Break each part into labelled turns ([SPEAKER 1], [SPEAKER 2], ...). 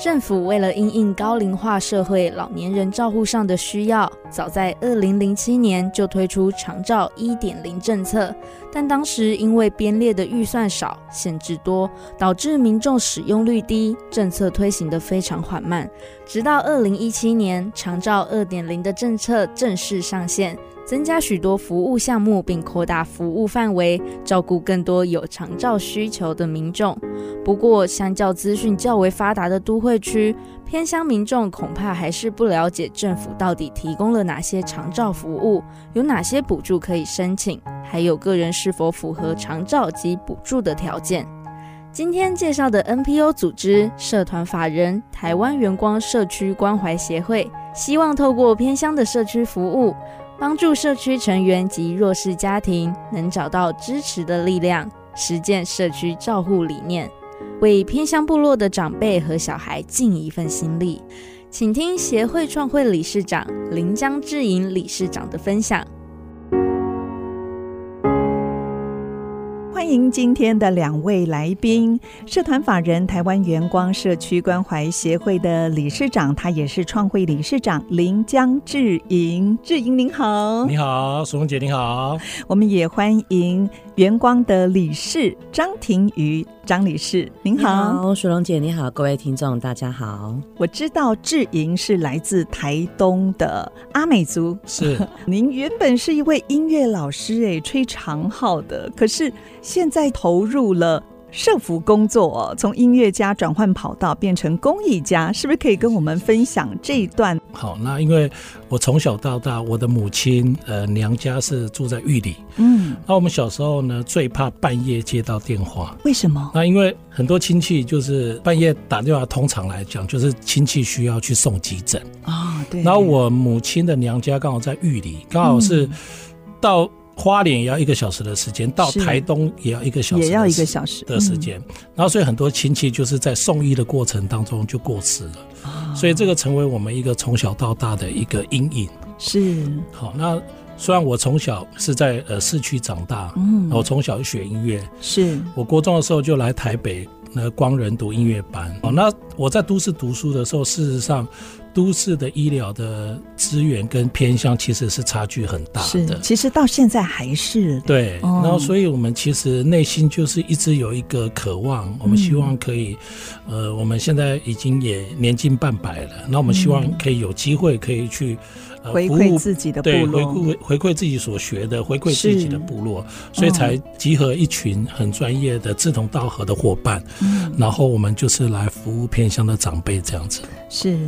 [SPEAKER 1] 政府为了因应高龄化社会老年人照护上的需要，早在二零零七年就推出长照一点零政策，但当时因为编列的预算少、限制多，导致民众使用率低，政策推行得非常缓慢。直到二零一七年，长照二点零的政策正式上线，增加许多服务项目，并扩大服务范围，照顾更多有长照需求的民众。不过，相较资讯较为发达的都会区，偏乡民众恐怕还是不了解政府到底提供了哪些长照服务，有哪些补助可以申请，还有个人是否符合长照及补助的条件。今天介绍的 NPO 组织、社团法人台湾元光社区关怀协会，希望透过偏乡的社区服务，帮助社区成员及弱势家庭能找到支持的力量，实践社区照护理念。为偏乡部落的长辈和小孩尽一份心力。请听协会创会理事长林江志颖理事长的分享。
[SPEAKER 2] 欢迎今天的两位来宾，社团法人台湾元光社区关怀协会的理事长，他也是创会理事长林江志莹。志莹您好，
[SPEAKER 3] 你好，苏荣姐，你好。
[SPEAKER 2] 我们也欢迎元光的理事张庭瑜，张理事您
[SPEAKER 4] 你
[SPEAKER 2] 好。
[SPEAKER 4] 好，淑荣姐，你好，各位听众，大家好。
[SPEAKER 2] 我知道志莹是来自台东的阿美族，
[SPEAKER 3] 是
[SPEAKER 2] 您原本是一位音乐老师，哎，吹长号的，可是现在投入了社服工作、哦，从音乐家转换跑道变成公益家，是不是可以跟我们分享这一段？
[SPEAKER 3] 好，那因为我从小到大，我的母亲呃娘家是住在玉里。
[SPEAKER 2] 嗯，
[SPEAKER 3] 那我们小时候呢，最怕半夜接到电话。
[SPEAKER 2] 为什么？
[SPEAKER 3] 那因为很多亲戚就是半夜打电话，通常来讲就是亲戚需要去送急诊。
[SPEAKER 2] 啊、对
[SPEAKER 3] 然后我母亲的娘家刚好在玉里，刚好是
[SPEAKER 2] 嗯
[SPEAKER 3] 到花莲也要一个小时的时间，到
[SPEAKER 2] 是
[SPEAKER 3] 台东也要一个小时的时，
[SPEAKER 2] 也要一个小时
[SPEAKER 3] 的时间。
[SPEAKER 2] 嗯
[SPEAKER 3] 然后所以很多亲戚就是在送医的过程当中就过世了，
[SPEAKER 2] 哦嗯
[SPEAKER 3] 所以这个成为我们一个从小到大的一个阴影。
[SPEAKER 2] 是，
[SPEAKER 3] 好，那虽然我从小是在呃市区长大，
[SPEAKER 2] 嗯，
[SPEAKER 3] 我从小就学音乐，
[SPEAKER 2] 是
[SPEAKER 3] 我国中的时候就来台北那光仁读音乐班。哦，那我在都市读书的时候，事实上，都市的医疗的资源跟偏乡其实是差距很大
[SPEAKER 2] 是，
[SPEAKER 3] 的。
[SPEAKER 2] 其实到现在还是
[SPEAKER 3] 对，
[SPEAKER 2] 哦
[SPEAKER 3] 然后所以我们其实内心就是一直有一个渴望，我们
[SPEAKER 2] 嗯
[SPEAKER 3] 希望可以，呃，我们现在已经也年近半百了，那我们希望可以有机会可以去，呃，
[SPEAKER 2] 嗯回
[SPEAKER 3] 服
[SPEAKER 2] 馈
[SPEAKER 3] 务
[SPEAKER 2] 自己的部
[SPEAKER 3] 对，回
[SPEAKER 2] 落，
[SPEAKER 3] 馈回馈自己所学的，回馈自己的部落，所以
[SPEAKER 2] 嗯
[SPEAKER 3] 才集合一群很专业的志同道合的伙伴，
[SPEAKER 2] 嗯
[SPEAKER 3] 然后我们就是来服务偏乡的长辈这样子。
[SPEAKER 2] 是。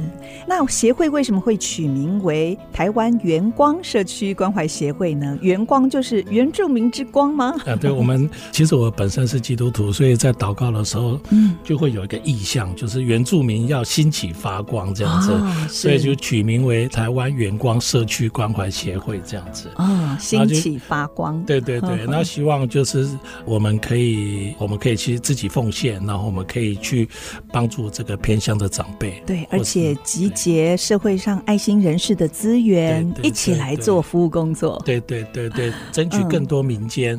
[SPEAKER 2] 那协会为什么会取名为台湾元光社区关怀协会呢？元光就是原住民之光吗？
[SPEAKER 3] 啊，对我们，其实我本身是基督徒，所以在祷告的时候，
[SPEAKER 2] 嗯，
[SPEAKER 3] 就会有一个意向，就是原住民要兴起发光这样子，
[SPEAKER 2] 啊
[SPEAKER 3] 所以
[SPEAKER 2] 是
[SPEAKER 3] 就取名为台湾元光社区关怀协会这样子。
[SPEAKER 2] 啊，兴
[SPEAKER 3] 就
[SPEAKER 2] 起发光，
[SPEAKER 3] 对对
[SPEAKER 2] 啊
[SPEAKER 3] 对，那希望就是我们可以，我们可以去自己奉献，然后我们可以去帮助这个偏乡的长辈。
[SPEAKER 2] 对，
[SPEAKER 3] 或
[SPEAKER 2] 而
[SPEAKER 3] 是
[SPEAKER 2] 且集结社会上爱心人士的资源，
[SPEAKER 3] 对对
[SPEAKER 2] 一起来做服务工作。
[SPEAKER 3] 对对对对，争取
[SPEAKER 2] 嗯
[SPEAKER 3] 更多民间、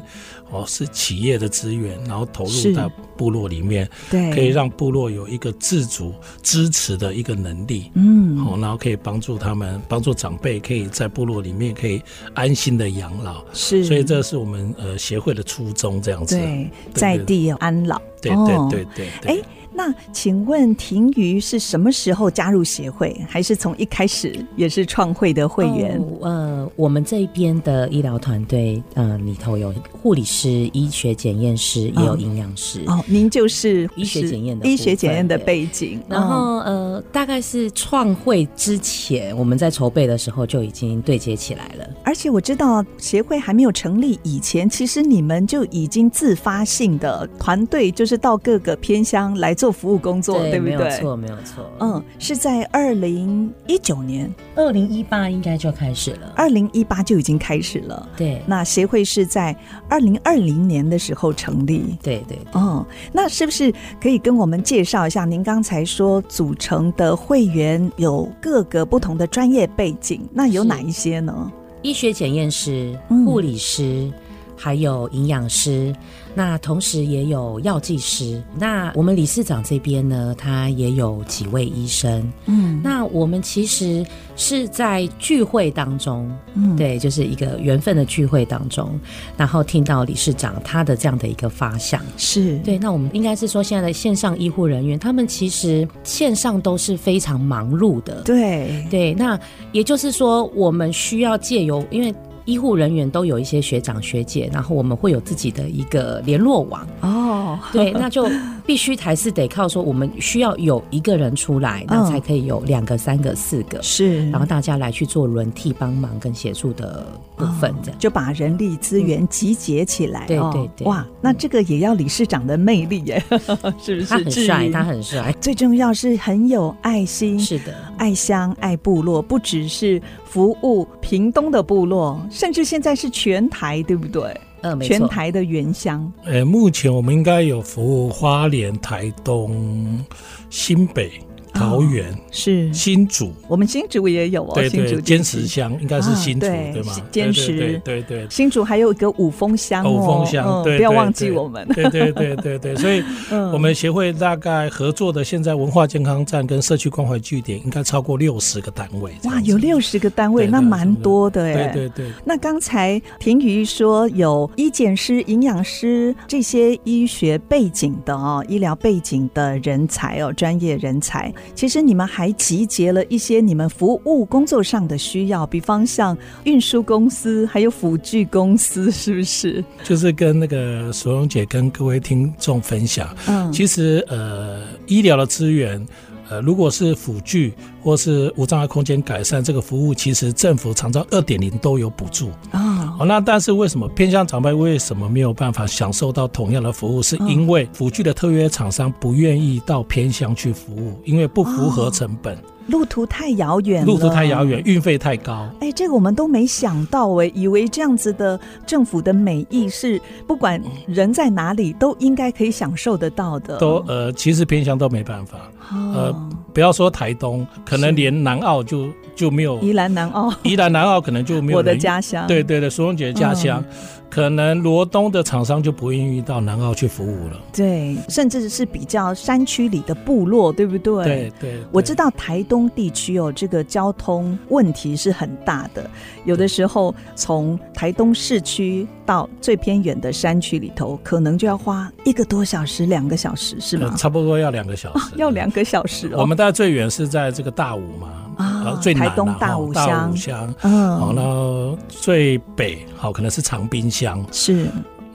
[SPEAKER 3] 哦是企业的资源，然后投
[SPEAKER 2] 是
[SPEAKER 3] 入到部落里面，
[SPEAKER 2] 对，
[SPEAKER 3] 可以让部落有一个自主支持的一个能力。
[SPEAKER 2] 嗯，
[SPEAKER 3] 哦，然后可以帮助他们，帮助长辈可以在部落里面可以安心的养老，
[SPEAKER 2] 是，
[SPEAKER 3] 所以这是我们呃协会的初衷，这样子。
[SPEAKER 2] 对在地安老。
[SPEAKER 3] 对
[SPEAKER 2] 哦
[SPEAKER 3] 对对对对。
[SPEAKER 2] 哎，那请问婷瑜是什么时候加入协会？还是从一开始也是创会的会员？
[SPEAKER 4] 哦呃，我们这边的医疗团队，呃，里头有护理师、医学检验师，也有
[SPEAKER 2] 嗯
[SPEAKER 4] 营养师。
[SPEAKER 2] 哦，您就是
[SPEAKER 4] 医学检验的部分
[SPEAKER 2] 医学检验的
[SPEAKER 4] 对
[SPEAKER 2] 背景，
[SPEAKER 4] 然
[SPEAKER 2] 哦
[SPEAKER 4] 后呃，大概是创会之前，我们在筹备的时候就已经对接起来了。
[SPEAKER 2] 而且我知道协会还没有成立以前，其实你们就已经自发性的团队，就是到各个偏乡来做服务工作，对不
[SPEAKER 4] 没有
[SPEAKER 2] 对？
[SPEAKER 4] 错，没有错。嗯，
[SPEAKER 2] 嗯，是在二零一九年、
[SPEAKER 4] 二零一八应该就开始了。
[SPEAKER 2] 二零一八就已经开始了。
[SPEAKER 4] 对，
[SPEAKER 2] 那协会是在二零二零年的时候成立。
[SPEAKER 4] 对对
[SPEAKER 2] 哦，那是不是可以跟我们介绍一下？您刚才说组成的会员有各个不同的专业背景，那有
[SPEAKER 4] 是
[SPEAKER 2] 哪一些呢？
[SPEAKER 4] 医学检验师、
[SPEAKER 2] 嗯
[SPEAKER 4] 护理师，还有营养师，那同时也有药剂师。那我们理事长这边呢，他也有几位医生。
[SPEAKER 2] 嗯
[SPEAKER 4] 那我们其实是在聚会当中，
[SPEAKER 2] 嗯，
[SPEAKER 4] 对，就是一个缘分的聚会当中，然后听到理事长他的这样的一个发想。
[SPEAKER 2] 嗯是，
[SPEAKER 4] 对，那我们应该是说，现在的线上医护人员，他们其实线上都是非常忙碌的。
[SPEAKER 2] 对
[SPEAKER 4] 对，那也就是说，我们需要借由，因为医护人员都有一些学长学姐，然后我们会有自己的一个联络网。
[SPEAKER 2] 哦，
[SPEAKER 4] 对，那就必须还是得靠说，我们需要有一个人出来，那
[SPEAKER 2] 嗯
[SPEAKER 4] 才可以有两个、三个、四个，
[SPEAKER 2] 是，
[SPEAKER 4] 然后大家来去做轮替帮忙跟协助的部
[SPEAKER 2] 哦
[SPEAKER 4] 分，这样。
[SPEAKER 2] 就把人力资源集结起来、
[SPEAKER 4] 对
[SPEAKER 2] 哦
[SPEAKER 4] 对对
[SPEAKER 2] 哇，那这个也要理事长的魅力耶， 是不是？
[SPEAKER 4] 他很帅，
[SPEAKER 2] 至于
[SPEAKER 4] 他很帅，
[SPEAKER 2] 最重要是很有爱心，
[SPEAKER 4] 是的，
[SPEAKER 2] 爱乡爱部落，不只是服务屏东的部落，甚至现在是全台，对不对？
[SPEAKER 4] 呃，没
[SPEAKER 2] 全
[SPEAKER 4] 错，
[SPEAKER 2] 台的原乡，
[SPEAKER 3] 呃，目前我们应该有服务花莲、台东、新北、
[SPEAKER 2] 哦
[SPEAKER 3] 桃园、
[SPEAKER 2] 是
[SPEAKER 3] 新竹，
[SPEAKER 2] 我们新竹也有哦，
[SPEAKER 3] 对
[SPEAKER 2] 新竹
[SPEAKER 3] 对，
[SPEAKER 2] 地区
[SPEAKER 3] 坚持乡应该是
[SPEAKER 2] 啊
[SPEAKER 3] 新竹、
[SPEAKER 2] 对
[SPEAKER 3] 对吗？
[SPEAKER 2] 坚
[SPEAKER 3] 对对
[SPEAKER 2] 持
[SPEAKER 3] 对对对
[SPEAKER 2] 新竹还有一个五峰乡哦，
[SPEAKER 3] 五峰乡
[SPEAKER 2] 嗯
[SPEAKER 3] 对
[SPEAKER 2] 不要
[SPEAKER 3] 对
[SPEAKER 2] 忘记
[SPEAKER 3] 对
[SPEAKER 2] 我们。
[SPEAKER 3] 对对对对对，所以
[SPEAKER 2] 嗯
[SPEAKER 3] 我们协会大概合作的现在文化健康站跟社区关怀据点应该超过六十个单位这样子。
[SPEAKER 2] 哇，有六十个单位，
[SPEAKER 3] 对
[SPEAKER 2] 那
[SPEAKER 3] 对
[SPEAKER 2] 蛮多的哎。
[SPEAKER 3] 对对对，
[SPEAKER 2] 那刚才平瑜说有医检师、营养师这些医学背景的哦，医疗背景的人才哦，专业人才。其实你们还集结了一些你们服务工作上的需要，比方像运输公司，还有辅具公司，是不是？
[SPEAKER 3] 就是跟那个索荣姐跟各位听众分享，
[SPEAKER 2] 嗯，
[SPEAKER 3] 其实呃，医疗的资源。呃，如果是辅具或是无障碍空间改善这个服务，其实政府长照二点零都有补助。
[SPEAKER 2] 啊、
[SPEAKER 3] 哦，那但是为什么偏向长辈为什么没有办法享受到同样的服务？是
[SPEAKER 2] 嗯
[SPEAKER 3] 因为辅具的特约厂商不愿意到偏乡去服务，因为不符
[SPEAKER 2] 哦
[SPEAKER 3] 合成本，
[SPEAKER 2] 路途太遥远了，
[SPEAKER 3] 路途太遥远，。运费太高。
[SPEAKER 2] 哎，这个我们都没想到哎，以为这样子的政府的美意是不管人在哪里都应该可以享受得到的，
[SPEAKER 3] 都呃，其实偏乡都没办法，
[SPEAKER 2] 哦
[SPEAKER 3] 不要说台东，可
[SPEAKER 2] 是
[SPEAKER 3] 能连南澳就就没有，
[SPEAKER 2] 宜兰南澳，
[SPEAKER 3] 宜兰南澳可能就没有
[SPEAKER 2] 我的
[SPEAKER 3] 人
[SPEAKER 2] 家嗯乡。
[SPEAKER 3] 对对对，苏荣姐的家乡，可能罗东的厂商就不愿意到南澳去服务了。
[SPEAKER 2] 对，甚至是比较山区里的部落，对不对？
[SPEAKER 3] 对。对，
[SPEAKER 2] 我知
[SPEAKER 3] 道。
[SPEAKER 2] 道台东地区哦，这个交通问题是很大的。有的时候从台东市区到最偏远的山区里头，可能就要花一个多小时、两个小时，是
[SPEAKER 3] 呃
[SPEAKER 2] 吗？哦
[SPEAKER 3] 差不多要两个小时，
[SPEAKER 2] 要两个小时哦。
[SPEAKER 3] 我们大概最远是在这个大武嘛，
[SPEAKER 2] 啊
[SPEAKER 3] 呃最南啊
[SPEAKER 2] 台东大武
[SPEAKER 3] 哈
[SPEAKER 2] 乡
[SPEAKER 3] 大武乡。
[SPEAKER 2] 嗯，
[SPEAKER 3] 好，然后最北好可能是长滨乡，
[SPEAKER 2] 是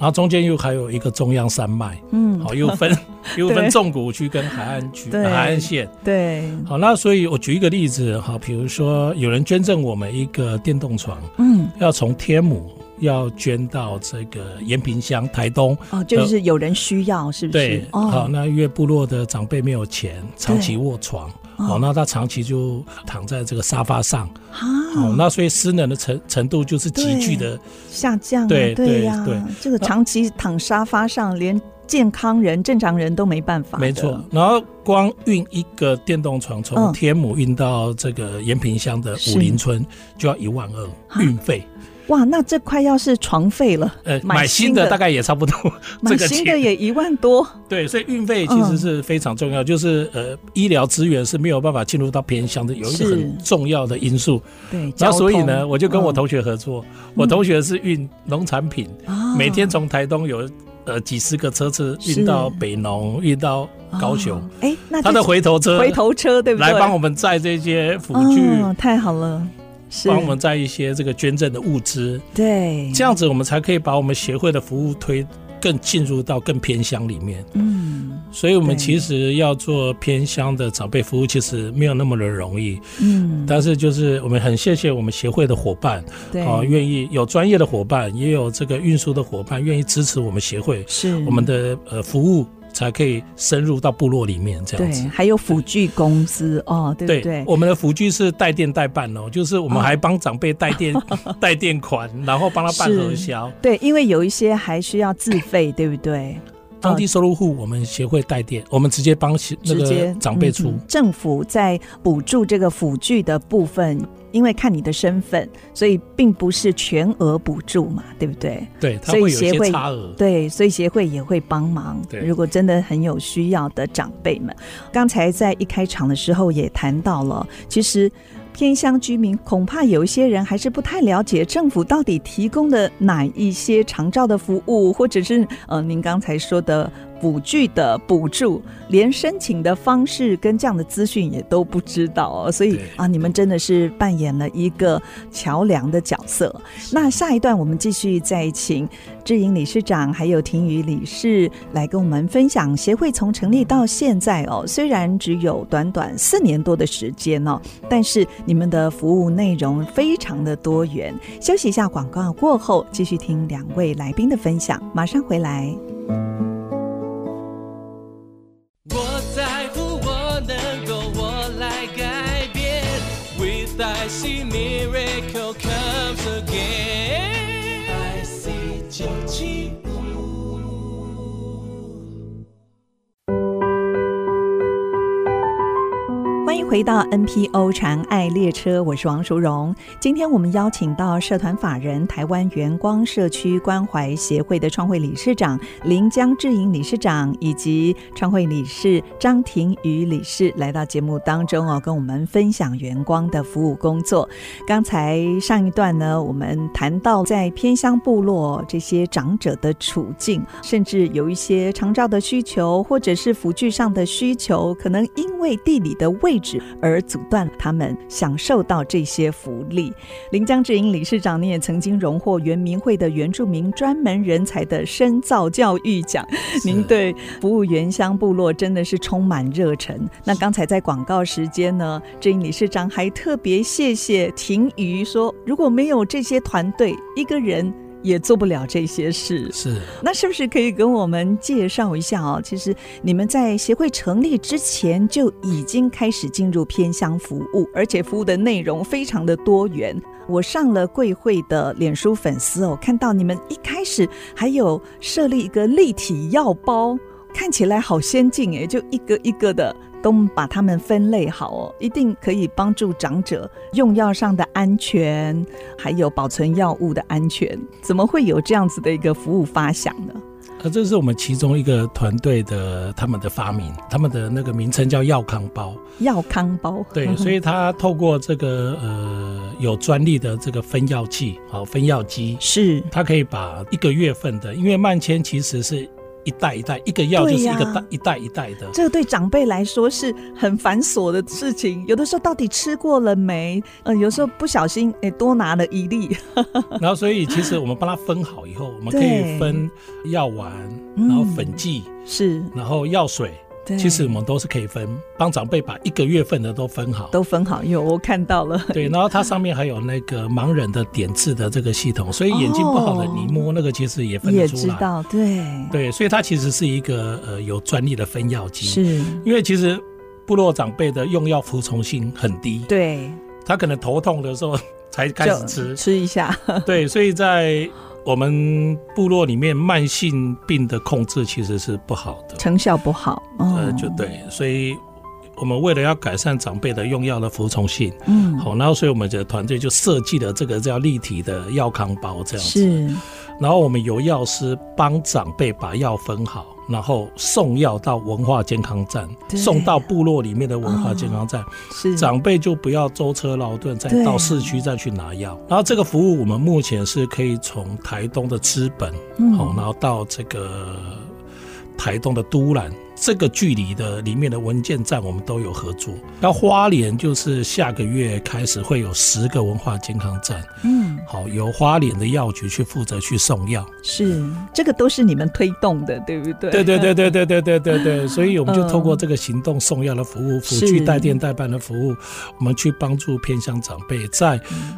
[SPEAKER 3] 然后中间又还有一个中央山脉，
[SPEAKER 2] 嗯，
[SPEAKER 3] 好 又分又
[SPEAKER 2] 对
[SPEAKER 3] 分纵谷区跟海岸区、呃
[SPEAKER 2] 对
[SPEAKER 3] 海岸线。
[SPEAKER 2] 对，
[SPEAKER 3] 好，那所以我举一个例子哈，比如说有人捐赠我们一个电动床，
[SPEAKER 2] 嗯，
[SPEAKER 3] 要从天母要捐到这个延平乡台东，
[SPEAKER 2] 哦，就是有人需要，是
[SPEAKER 3] 呃
[SPEAKER 2] 不
[SPEAKER 3] 对
[SPEAKER 2] 是？，
[SPEAKER 3] 好，
[SPEAKER 2] 哦，
[SPEAKER 3] 那因为部落的长辈没有钱，长期
[SPEAKER 2] 对
[SPEAKER 3] 卧床，
[SPEAKER 2] 哦
[SPEAKER 3] 好，那他长期就躺在这个沙发上，
[SPEAKER 2] 好
[SPEAKER 3] 哦，那所以失能的程程度就是急剧的，
[SPEAKER 2] 下降、啊，
[SPEAKER 3] 对对
[SPEAKER 2] 呀、
[SPEAKER 3] 对
[SPEAKER 2] 这个长期躺沙发上，连健康人、正常人都没办法。
[SPEAKER 3] 没错。，然后光运一个电动床
[SPEAKER 2] 嗯
[SPEAKER 3] 从天母运到这个延平乡的
[SPEAKER 2] 是
[SPEAKER 3] 武林村就要一万二运费，
[SPEAKER 2] 哇，那这快要是床费了，
[SPEAKER 3] 呃，
[SPEAKER 2] 买
[SPEAKER 3] 买
[SPEAKER 2] 新
[SPEAKER 3] 新
[SPEAKER 2] 的
[SPEAKER 3] 的大概也差不多
[SPEAKER 2] 买
[SPEAKER 3] 这个
[SPEAKER 2] 新的
[SPEAKER 3] 钱。
[SPEAKER 2] 也一万多。
[SPEAKER 3] 对，所以运费其
[SPEAKER 2] 嗯
[SPEAKER 3] 实是非常重要，就是呃，医疗资源是没有办法进入到偏乡的，有一个
[SPEAKER 2] 是
[SPEAKER 3] 很重要的因素。
[SPEAKER 2] 对，
[SPEAKER 3] 然
[SPEAKER 2] 交
[SPEAKER 3] 后所以呢，
[SPEAKER 2] 通
[SPEAKER 3] 我就跟我、
[SPEAKER 2] 嗯
[SPEAKER 3] 同学合作，我同学是运农产品，
[SPEAKER 2] 啊
[SPEAKER 3] 每天从台东有呃几十个车次
[SPEAKER 2] 是
[SPEAKER 3] 运到北农，运到高雄，
[SPEAKER 2] 哦哎、那
[SPEAKER 3] 他的
[SPEAKER 2] 就
[SPEAKER 3] 回头车
[SPEAKER 2] 回头车对不对？
[SPEAKER 3] 来帮我们载这些辅具，
[SPEAKER 2] 哦，太好了，是嗯
[SPEAKER 3] 帮我们载一些这个捐赠的物资，
[SPEAKER 2] 对
[SPEAKER 3] 这样子我们才可以把我们协会的服务推更进入到更偏乡里面。
[SPEAKER 2] 嗯
[SPEAKER 3] 所以我们
[SPEAKER 2] 对
[SPEAKER 3] 其实要做偏乡的长辈服务，其实没有那么的容易，
[SPEAKER 2] 嗯，
[SPEAKER 3] 但是就是我们很谢谢我们协会的伙伴。
[SPEAKER 2] 对，
[SPEAKER 3] 哦，愿意有专业的伙伴，也有这个运输的伙伴，愿意支持我们协会
[SPEAKER 2] 是
[SPEAKER 3] 我们的呃服务才可以深入到部落里面这样
[SPEAKER 2] 对
[SPEAKER 3] 子，。
[SPEAKER 2] 还有辅具公司哦，对不对？
[SPEAKER 3] 我们的辅具是带电带办哦，就是我们还帮长辈带电、 带电款，然后帮他办
[SPEAKER 2] 哦是
[SPEAKER 3] 核销。
[SPEAKER 2] 对，因为有一些还需要自费，对不对？
[SPEAKER 3] 当地收入户，我们协会带电，我们直接帮那
[SPEAKER 2] 直接
[SPEAKER 3] 个长辈出。
[SPEAKER 2] 嗯嗯政府在补助这个辅具的部分，因为看你的身份，所以并不是全额补助嘛，对不对？
[SPEAKER 3] 对，他
[SPEAKER 2] 所以
[SPEAKER 3] 会有一
[SPEAKER 2] 协会
[SPEAKER 3] 些差额。
[SPEAKER 2] 对，所以协会也会帮忙。
[SPEAKER 3] 对
[SPEAKER 2] 如果真的很有需要的长辈们，刚才在一开场的时候也谈到了，其实偏乡居民恐怕有一些人还是不太了解政府到底提供的哪一些长照的服务，或者是呃您刚才说的补具的补助，连申请的方式跟这样的资讯也都不知道哦。所以
[SPEAKER 3] 对
[SPEAKER 2] 啊，你们真的是扮演了一个桥梁的角色。那下一段我们继续再请智盈理事长还有婷宇理事来跟我们分享协会从成立到现在哦，虽然只有短短四年多的时间哦，但是你们的服务内容非常的多元。休息一下广告过后，继续听两位来宾的分享，马上回来。
[SPEAKER 5] 我在乎，我能够，我来改变。With I see miracle comes again。I see 九七
[SPEAKER 2] 欢迎回到 NPO 长爱列车，我是王淑荣。今天我们邀请到社团法人台湾元光社区关怀协会的创会理事长林江志颖理事长，以及创会理事张庭宇理事来到节目当中哦，跟我们分享元光的服务工作。刚才上一段呢，我们谈到在偏乡部落这些长者的处境，甚至有一些长照的需求，或者是辅具上的需求，可能因为地理的位置而阻断他们享受到这些福利。林江志英理事长，你也曾经荣获原民会的原住民专门人才的深造教育奖。 您对服务原乡部落真的是充满热忱。那刚才在广告时间呢，这理事长还特别谢谢婷瑜说，如果没有这些团队，一个人也做不了这些事。
[SPEAKER 3] 是
[SPEAKER 2] 那是不是可以跟我们介绍一下哦？其实你们在协会成立之前就已经开始进入偏乡服务，而且服务的内容非常的多元。我上了贵会的脸书粉丝哦，看到你们一开始还有设立一个立体药包，看起来好先进诶，就一个一个的都把它们分类好哦，一定可以帮助长者用药上的安全，还有保存药物的安全，怎么会有这样子的一个服务发想呢？
[SPEAKER 3] 呃，这是我们其中一个团队的他们的发明，他们的那个名称叫药康包。
[SPEAKER 2] 药康包，
[SPEAKER 3] 对，所以他透过这个呃有专利的这个分药器，好、分药机，
[SPEAKER 2] 是
[SPEAKER 3] 它可以把一个月份的，因为慢签其实是一袋一袋，一个药就是一个
[SPEAKER 2] 对呀
[SPEAKER 3] 袋、一袋一袋的。
[SPEAKER 2] 这个对长辈来说是很繁琐的事情，有的时候到底吃过了没？呃，有时候不小心哎多拿了 一粒，
[SPEAKER 3] 然后所以其实我们帮它分好以后，我们可
[SPEAKER 2] 对
[SPEAKER 3] 以分药丸，
[SPEAKER 2] 嗯
[SPEAKER 3] 然后粉剂，
[SPEAKER 2] 是，
[SPEAKER 3] 然后药水，
[SPEAKER 2] 对，
[SPEAKER 3] 其实我们都是可以分，帮长辈把一个月份的都分好。
[SPEAKER 2] 都分好，有我看到了，
[SPEAKER 3] 对，然后它上面还有那个盲人的点字的这个系统，所以眼睛不好的
[SPEAKER 2] 哦
[SPEAKER 3] 你摸那个其实也分
[SPEAKER 2] 也
[SPEAKER 3] 得出
[SPEAKER 2] 知
[SPEAKER 3] 来。
[SPEAKER 2] 道，对，
[SPEAKER 3] 对，所以它其实是一个呃有专利的分药机。
[SPEAKER 2] 是，
[SPEAKER 3] 因为其实部落长辈的用药服从性很低，
[SPEAKER 2] 对，
[SPEAKER 3] 他可能头痛的时候 才开始
[SPEAKER 2] 就嗯
[SPEAKER 3] 吃，
[SPEAKER 2] 吃一下，
[SPEAKER 3] 对，所以在我们部落里面，慢性病的控制其实是不好的，
[SPEAKER 2] 成效不好，哦
[SPEAKER 3] 呃，就，对，所以我们为了要改善长辈的用药的服从性，
[SPEAKER 2] 嗯，
[SPEAKER 3] 好，然后所以我们的团队就设计了这个叫立体的药康包这样子，
[SPEAKER 2] 是，
[SPEAKER 3] 然后我们由药师帮长辈把药分好。然后送药到文化健康站，
[SPEAKER 2] 对
[SPEAKER 3] 送到部落里面的文化健康站，
[SPEAKER 2] 是
[SPEAKER 3] 长辈就不要舟车劳顿，再
[SPEAKER 2] 嗯对
[SPEAKER 3] 到市区再去拿药。然后这个服务我们目前是可以从台东的资本，
[SPEAKER 2] 嗯
[SPEAKER 3] 好、然后到这个台东的都兰。这个距离的里面的文件站，我们都有合作。那花莲就是下个月开始会有十个文化健康站，
[SPEAKER 2] 嗯，
[SPEAKER 3] 好由花莲的药局去负责去送药。
[SPEAKER 2] 是，这个都是你们推动的，对不 对？
[SPEAKER 3] 对对对对对对对对对，所以我们就
[SPEAKER 2] 嗯
[SPEAKER 3] 透过这个行动送药的服务，辅
[SPEAKER 2] 是
[SPEAKER 3] 具带电代办的服务，我们去帮助偏乡长辈在
[SPEAKER 2] 嗯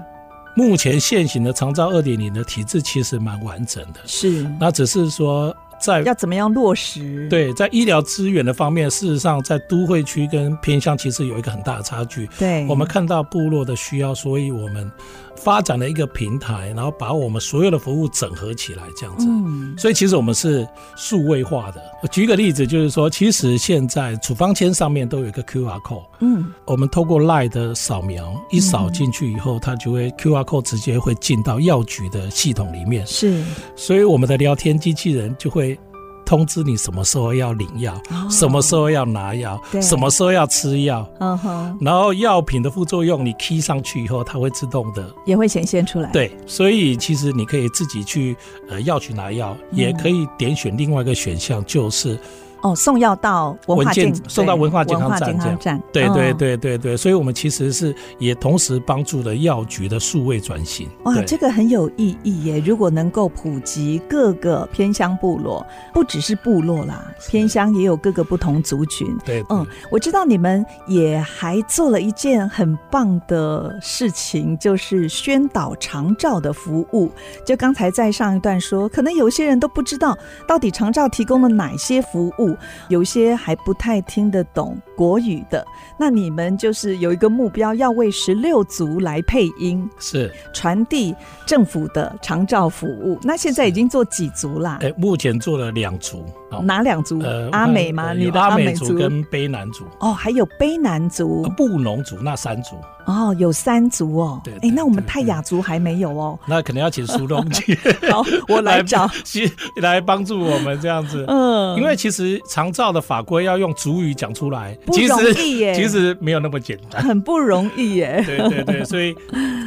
[SPEAKER 3] 目前现行的长照二点零的体制其实蛮完整的，
[SPEAKER 2] 是，
[SPEAKER 3] 那只是说在
[SPEAKER 2] 要怎么样落实？，
[SPEAKER 3] 对，在医疗资源的方面，事实上在都会区跟偏乡其实有一个很大的差距。
[SPEAKER 2] 对
[SPEAKER 3] 我们看到部落的需要，所以我们发展了一个平台，然后把我们所有的服务整合起来，这样子。
[SPEAKER 2] 嗯，
[SPEAKER 3] 所以其实我们是数位化的。我举一个例子，就是说，其实现在处方签上面都有一个 QR code，
[SPEAKER 2] 嗯
[SPEAKER 3] 我们透过 LINE 的扫描，一扫进去以后，它就会 QR code 直接会进到药局的系统里面，
[SPEAKER 2] 是
[SPEAKER 3] 所以我们的聊天机器人就会通知你什么时候要领药，什么时
[SPEAKER 2] 候？
[SPEAKER 3] 候要拿药
[SPEAKER 2] 哦对，
[SPEAKER 3] 什么时候要吃药。
[SPEAKER 2] 嗯哼，
[SPEAKER 3] 然后药品的副作用，你 key 上去以后，它会自动的
[SPEAKER 2] 也会显现出来。，
[SPEAKER 3] 对，所以其实你可以自己去呃药局拿药，
[SPEAKER 2] 嗯
[SPEAKER 3] 也可以点选另外一个选项，就是
[SPEAKER 2] 哦，送药到文化
[SPEAKER 3] 文件
[SPEAKER 2] 健，
[SPEAKER 3] 送到
[SPEAKER 2] 对
[SPEAKER 3] 文化健康
[SPEAKER 2] 文化
[SPEAKER 3] 站
[SPEAKER 2] 健
[SPEAKER 3] 这
[SPEAKER 2] 康
[SPEAKER 3] 样
[SPEAKER 2] 站。
[SPEAKER 3] 对对
[SPEAKER 2] 嗯。
[SPEAKER 3] 对对对，所以我们其实是也同时帮助了药局的数位转型。
[SPEAKER 2] 哇，
[SPEAKER 3] 对
[SPEAKER 2] 这个很有意义耶！如果能够普及各个偏乡部落，不只是部落啦，
[SPEAKER 3] 是
[SPEAKER 2] 偏乡也有各个不同族群。
[SPEAKER 3] 对，
[SPEAKER 2] 嗯
[SPEAKER 3] 嗯，，
[SPEAKER 2] 我知道你们也还做了一件很棒的事情，就是宣导长照的服务。就刚才在上一段说，可能有些人都不知道到底长照提供了哪些服务，有些还不太听得懂国语的。那你们就是有一个目标，要为十六族来配音，
[SPEAKER 3] 是，
[SPEAKER 2] 传递政府的长照服务。那现在已经做几族啦？
[SPEAKER 3] 哎，目前做了两组，好
[SPEAKER 2] 哪两族？阿美吗？
[SPEAKER 3] 呃
[SPEAKER 2] 你
[SPEAKER 3] 有
[SPEAKER 2] 的
[SPEAKER 3] 阿美
[SPEAKER 2] 族
[SPEAKER 3] 族跟卑南族。
[SPEAKER 2] 哦，还有卑南族
[SPEAKER 3] 呃布农族那三族，
[SPEAKER 2] 哦，有三族哦。
[SPEAKER 3] 对对
[SPEAKER 2] 诶那我们
[SPEAKER 3] 对
[SPEAKER 2] 泰雅族还没有 哦。
[SPEAKER 3] 那可能要请苏东去
[SPEAKER 2] 好，我 来找。
[SPEAKER 3] 去来帮助我们这样子。
[SPEAKER 2] 嗯，
[SPEAKER 3] 因为其实长照的法规要用族语讲出来，
[SPEAKER 2] 不
[SPEAKER 3] 其
[SPEAKER 2] 容
[SPEAKER 3] 实
[SPEAKER 2] 易耶
[SPEAKER 3] 其实没有那么简单。
[SPEAKER 2] 很不容易耶。
[SPEAKER 3] 对对对，所以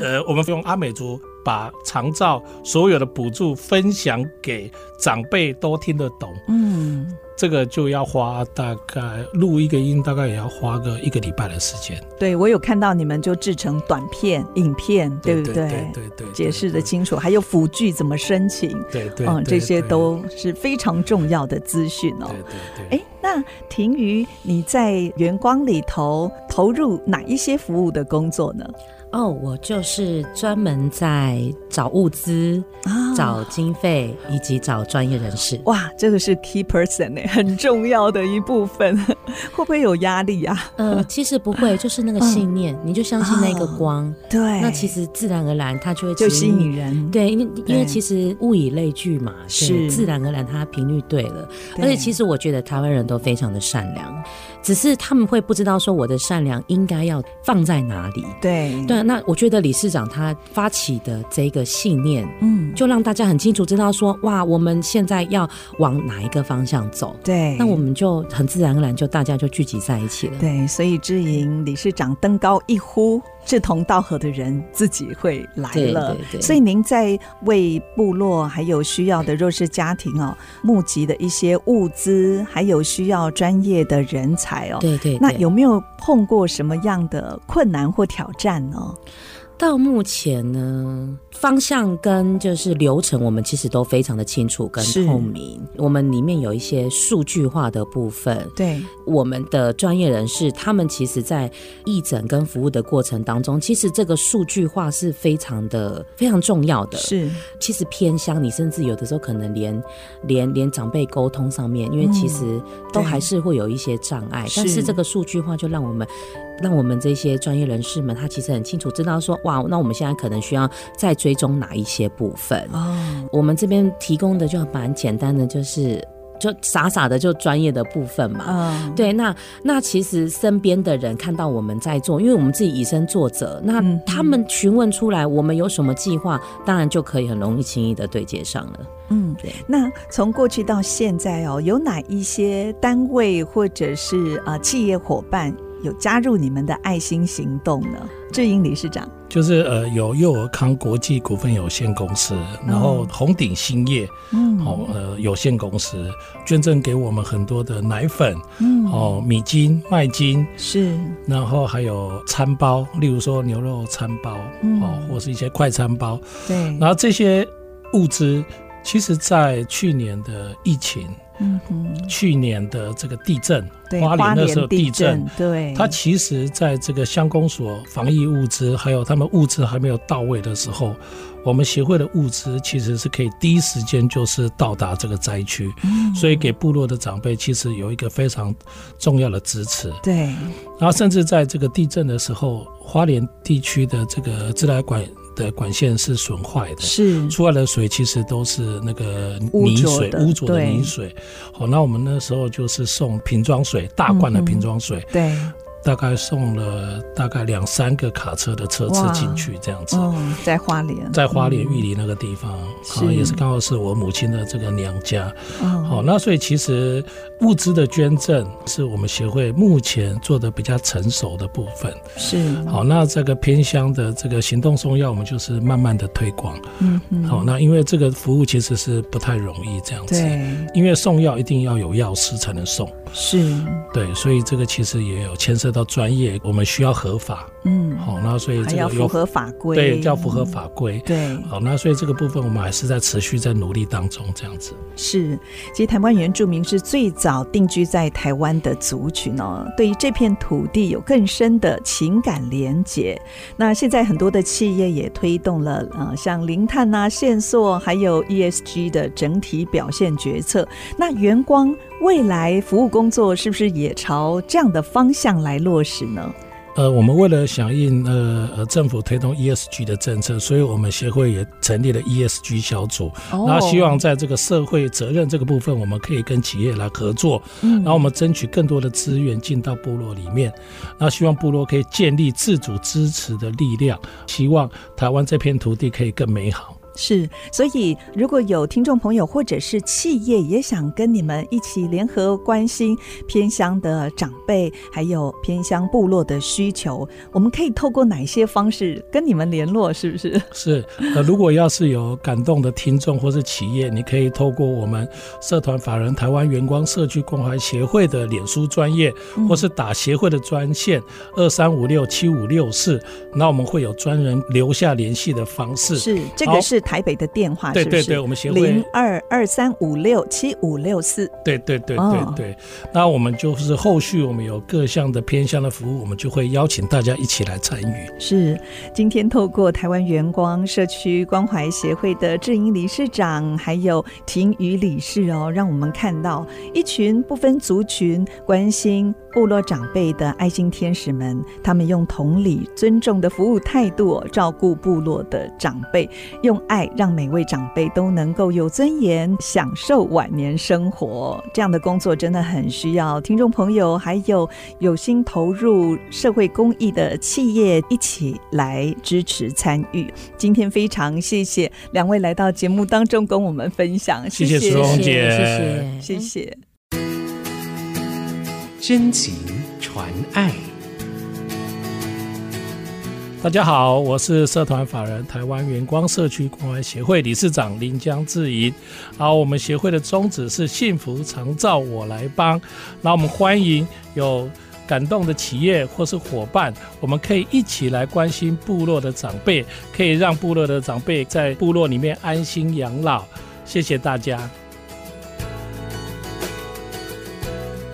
[SPEAKER 3] 呃，我们用阿美族把长照所有的补助分享给长辈都听得懂，
[SPEAKER 2] 嗯，
[SPEAKER 3] 这个就要花大概录一个音，大概也要花个一个礼拜的时间，
[SPEAKER 2] 对我有看到你们就制成短片、影片，对不
[SPEAKER 3] 对对对对对，
[SPEAKER 2] 解释的清楚，还有辅具怎么申请，
[SPEAKER 3] 对，对对，
[SPEAKER 2] 嗯，
[SPEAKER 3] 对
[SPEAKER 2] 这些
[SPEAKER 3] 对
[SPEAKER 2] 都是非常重要的资讯哦
[SPEAKER 3] 对。对对。
[SPEAKER 2] 哎，那婷瑜，你在元光里头投入哪一些服务的工作呢？
[SPEAKER 4] 哦，我就是专门在找物资、
[SPEAKER 2] 啊
[SPEAKER 4] 找经费以及找专业人士。
[SPEAKER 2] 哇，这个是 key person 哎，很重要的一部分， 会不会有压力啊？
[SPEAKER 4] 呃，其实不会，就是那个信念，你就相信那个光，
[SPEAKER 2] 嗯哦对，
[SPEAKER 4] 那其实自然而然它就会
[SPEAKER 2] 就
[SPEAKER 4] 指
[SPEAKER 2] 吸
[SPEAKER 4] 引你
[SPEAKER 2] 引人，
[SPEAKER 4] 对，因为因
[SPEAKER 2] 对
[SPEAKER 4] 为其实物以类聚嘛，对
[SPEAKER 2] 是
[SPEAKER 4] 自然而然它频率对了。
[SPEAKER 2] 对
[SPEAKER 4] 而且其实我觉得台湾人都非常的善良，只是他们会不知道说我的善良应该要放在哪里。
[SPEAKER 2] 对
[SPEAKER 4] 对，啊那我觉得理事长他发起的这个信念，
[SPEAKER 2] 嗯，
[SPEAKER 4] 就让大家很清楚知道说，哇，我们现在要往哪一个方向走。
[SPEAKER 2] 对，
[SPEAKER 4] 那我。们就很自然而然就大家就聚集在一起了。
[SPEAKER 2] 对，所以志莹理事长登高一呼，志同道合的人自己会来了。
[SPEAKER 4] 对对对
[SPEAKER 2] 所以您在为部落还有需要的弱势家庭哦，募集的一些物资，还有需要专业的人才哦。
[SPEAKER 4] 对对对，
[SPEAKER 2] 那有没有碰过什么样的困难或挑战呢？
[SPEAKER 4] 到目前呢，方向跟就是流程，我们其实都非常的清楚跟
[SPEAKER 2] 是
[SPEAKER 4] 透明。我们里面有一些数据化的部分，
[SPEAKER 2] 对，
[SPEAKER 4] 我们的专业人士他们其实在义诊跟服务的过程当中，其实这个数据化是非常的非常重要的。
[SPEAKER 2] 是
[SPEAKER 4] 其实偏乡，你甚至有的时候可能连连连长辈沟通上面，因为其实都
[SPEAKER 2] 对
[SPEAKER 4] 还是会有一些障碍。
[SPEAKER 2] 是
[SPEAKER 4] 但是这个数据化就让我们让我们这些专业人士们，他其实很清楚知道说，哇，那我们现在可能需要再追踪哪一些部分。
[SPEAKER 2] 哦，
[SPEAKER 4] 我们这边提供的就蛮简单的，就是就傻傻的就专业的部分嘛。
[SPEAKER 2] 嗯，
[SPEAKER 4] 对，那那其实身边的人看到我们在做，因为我们自己以身作则，那
[SPEAKER 2] 嗯
[SPEAKER 4] 他们询问出来我们有什么计划，当然就可以很容易轻易的对接上了。
[SPEAKER 2] 嗯
[SPEAKER 4] 对，
[SPEAKER 2] 那从过去到现在哦，有哪一些单位或者是呃企业伙伴有加入你们的爱心行动呢？志英理事长，
[SPEAKER 3] 就是呃，有幼儿康国际股份有限公司，然后红鼎兴业
[SPEAKER 2] 哦嗯
[SPEAKER 3] 哦呃有限公司捐赠给我们很多的奶粉
[SPEAKER 2] 嗯，
[SPEAKER 3] 哦、米精、麦精，
[SPEAKER 2] 是
[SPEAKER 3] 然后还有餐包，例如说牛肉餐包
[SPEAKER 2] 嗯
[SPEAKER 3] 哦，或是一些快餐包，
[SPEAKER 2] 对，
[SPEAKER 3] 然后这些物资，其实在去年的疫情
[SPEAKER 2] 嗯哼，
[SPEAKER 3] 去年的这个地震，
[SPEAKER 2] 对，
[SPEAKER 3] 花莲那时候地震，
[SPEAKER 2] 对，
[SPEAKER 3] 它其实在这个乡公所防疫物资还有他们物资还没有到位的时候，我们协会的物资其实是可以第一时间就是到达这个灾区，所以给部落的长辈其实有一个非常重要的支持。
[SPEAKER 2] 对，
[SPEAKER 3] 然后甚至在这个地震的时候，花莲地区的这个自来管的管线是损坏的，
[SPEAKER 2] 是，
[SPEAKER 3] 出来的水其实都是那个
[SPEAKER 2] 污
[SPEAKER 3] 泥
[SPEAKER 2] 浊
[SPEAKER 3] 水、
[SPEAKER 2] 的
[SPEAKER 3] 污浊的
[SPEAKER 2] 对
[SPEAKER 3] 泥水。好，那我们那时候就是送瓶装水，大罐的
[SPEAKER 2] 嗯哼
[SPEAKER 3] 瓶装水，
[SPEAKER 2] 对，
[SPEAKER 3] 大概送了大概两三个卡车的车次
[SPEAKER 2] 哇
[SPEAKER 3] 进去，这样子。
[SPEAKER 2] 嗯，在花莲，
[SPEAKER 3] 在花莲
[SPEAKER 2] 嗯
[SPEAKER 3] 玉里那个地方，
[SPEAKER 2] 是
[SPEAKER 3] 啊，也是刚好是我母亲的这个娘家。
[SPEAKER 2] 嗯
[SPEAKER 3] 好，那所以其实物资的捐赠是我们协会目前做的比较成熟的部分。
[SPEAKER 2] 是，
[SPEAKER 3] 好，那这个偏乡的这个行动送药，我们就是慢慢的推广。
[SPEAKER 2] 嗯哼，
[SPEAKER 3] 好，那因为这个服务其实是不太容易这样子，
[SPEAKER 2] 对，
[SPEAKER 3] 因为送药一定要有药师才能送，
[SPEAKER 2] 是，
[SPEAKER 3] 对，所以这个其实也有牵涉到专业，我们需要合法。
[SPEAKER 2] 嗯，
[SPEAKER 3] 好，那所以
[SPEAKER 2] 还
[SPEAKER 3] 这
[SPEAKER 2] 要
[SPEAKER 3] 个
[SPEAKER 2] 符
[SPEAKER 3] 有
[SPEAKER 2] 合法规，
[SPEAKER 3] 对要符合法规。
[SPEAKER 2] 对，
[SPEAKER 3] 好，那所以这个部分我们还是在持续在努力当中，这样子。
[SPEAKER 2] 是，其实台湾原住民是最早定居在台湾的族群哦，对于这片土地有更深的情感连结。那现在很多的企业也推动了，呃，像零碳啊、线索，还有 ESG 的整体表现决策。那元光未来服务工作是不是也朝这样的方向来落实呢？
[SPEAKER 3] 呃，我们为了响应呃呃政府推动 ESG 的政策，所以我们协会也成立了 ESG 小组，那希望在这个社会责任这个部分，我们可以跟企业来合作，然后我们争取更多的资源进到部落里面，那希望部落可以建立自主支持的力量，希望台湾这片土地可以更美好。
[SPEAKER 2] 是，所以如果有听众朋友或者是企业也想跟你们一起联合关心偏乡的长辈，还有偏乡部落的需求，我们可以透过哪些方式跟你们联络？是不是？
[SPEAKER 3] 是，呃，如果要是有感动的听众或是企业，你可以透过我们社团法人台湾元光社区关怀协会的脸书专业，或
[SPEAKER 2] 嗯
[SPEAKER 3] 是打协会的专线二三五六七五六四，那我们会有专人留下联系的方式。
[SPEAKER 2] 是，这个
[SPEAKER 3] 好
[SPEAKER 2] 是台北的电话，
[SPEAKER 3] 对
[SPEAKER 2] 是不
[SPEAKER 3] 对对，
[SPEAKER 2] 是？
[SPEAKER 3] 我们协会
[SPEAKER 2] 零二二三五六七五六四，
[SPEAKER 3] 对对对
[SPEAKER 2] 哦
[SPEAKER 3] 对对，那我们就是后续我们有各项的偏向的服务，我们就会邀请大家一起来参与。
[SPEAKER 2] 是，今天透过台湾元光社区关怀协会的志英理事长，还有婷宇理事哦，让我们看到一群不分族群关心部落长辈的爱心天使们，他们用同理、尊重的服务态度哦、照顾部落的长辈，用爱让每位长辈都能够有尊严，享受晚年生活。这样的工作真的很需要听众朋友还有有心投入社会公益的企业一起来支持参与。今天非常谢谢两位来到节目当中跟我们分享，
[SPEAKER 3] 谢谢
[SPEAKER 2] 谢
[SPEAKER 3] 苏荣
[SPEAKER 4] 谢谢
[SPEAKER 3] 姐
[SPEAKER 4] 谢谢。
[SPEAKER 2] 谢谢。
[SPEAKER 5] 真情传爱，
[SPEAKER 3] 大家好，我是社团法人台湾元光社区关怀协会理事长林江志怡。好，我们协会的宗旨是幸福长照我来帮。那我们欢迎有感动的企业或是伙伴，我们可以一起来关心部落的长辈，可以让部落的长辈在部落里面安心养老。谢谢大家。